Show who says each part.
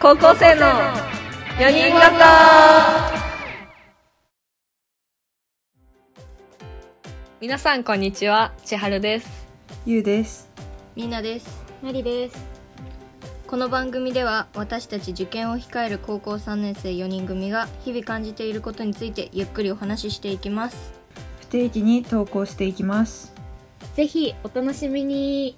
Speaker 1: 高校生の4人型皆さんこんにちは千春です
Speaker 2: ゆうです。
Speaker 3: みなですなりですこの番組では私たち受験を控える高校3年生4人組が日々感じていることについてゆっくりお話ししていきます
Speaker 2: 不定期に投稿していきます。
Speaker 4: ぜひお楽しみに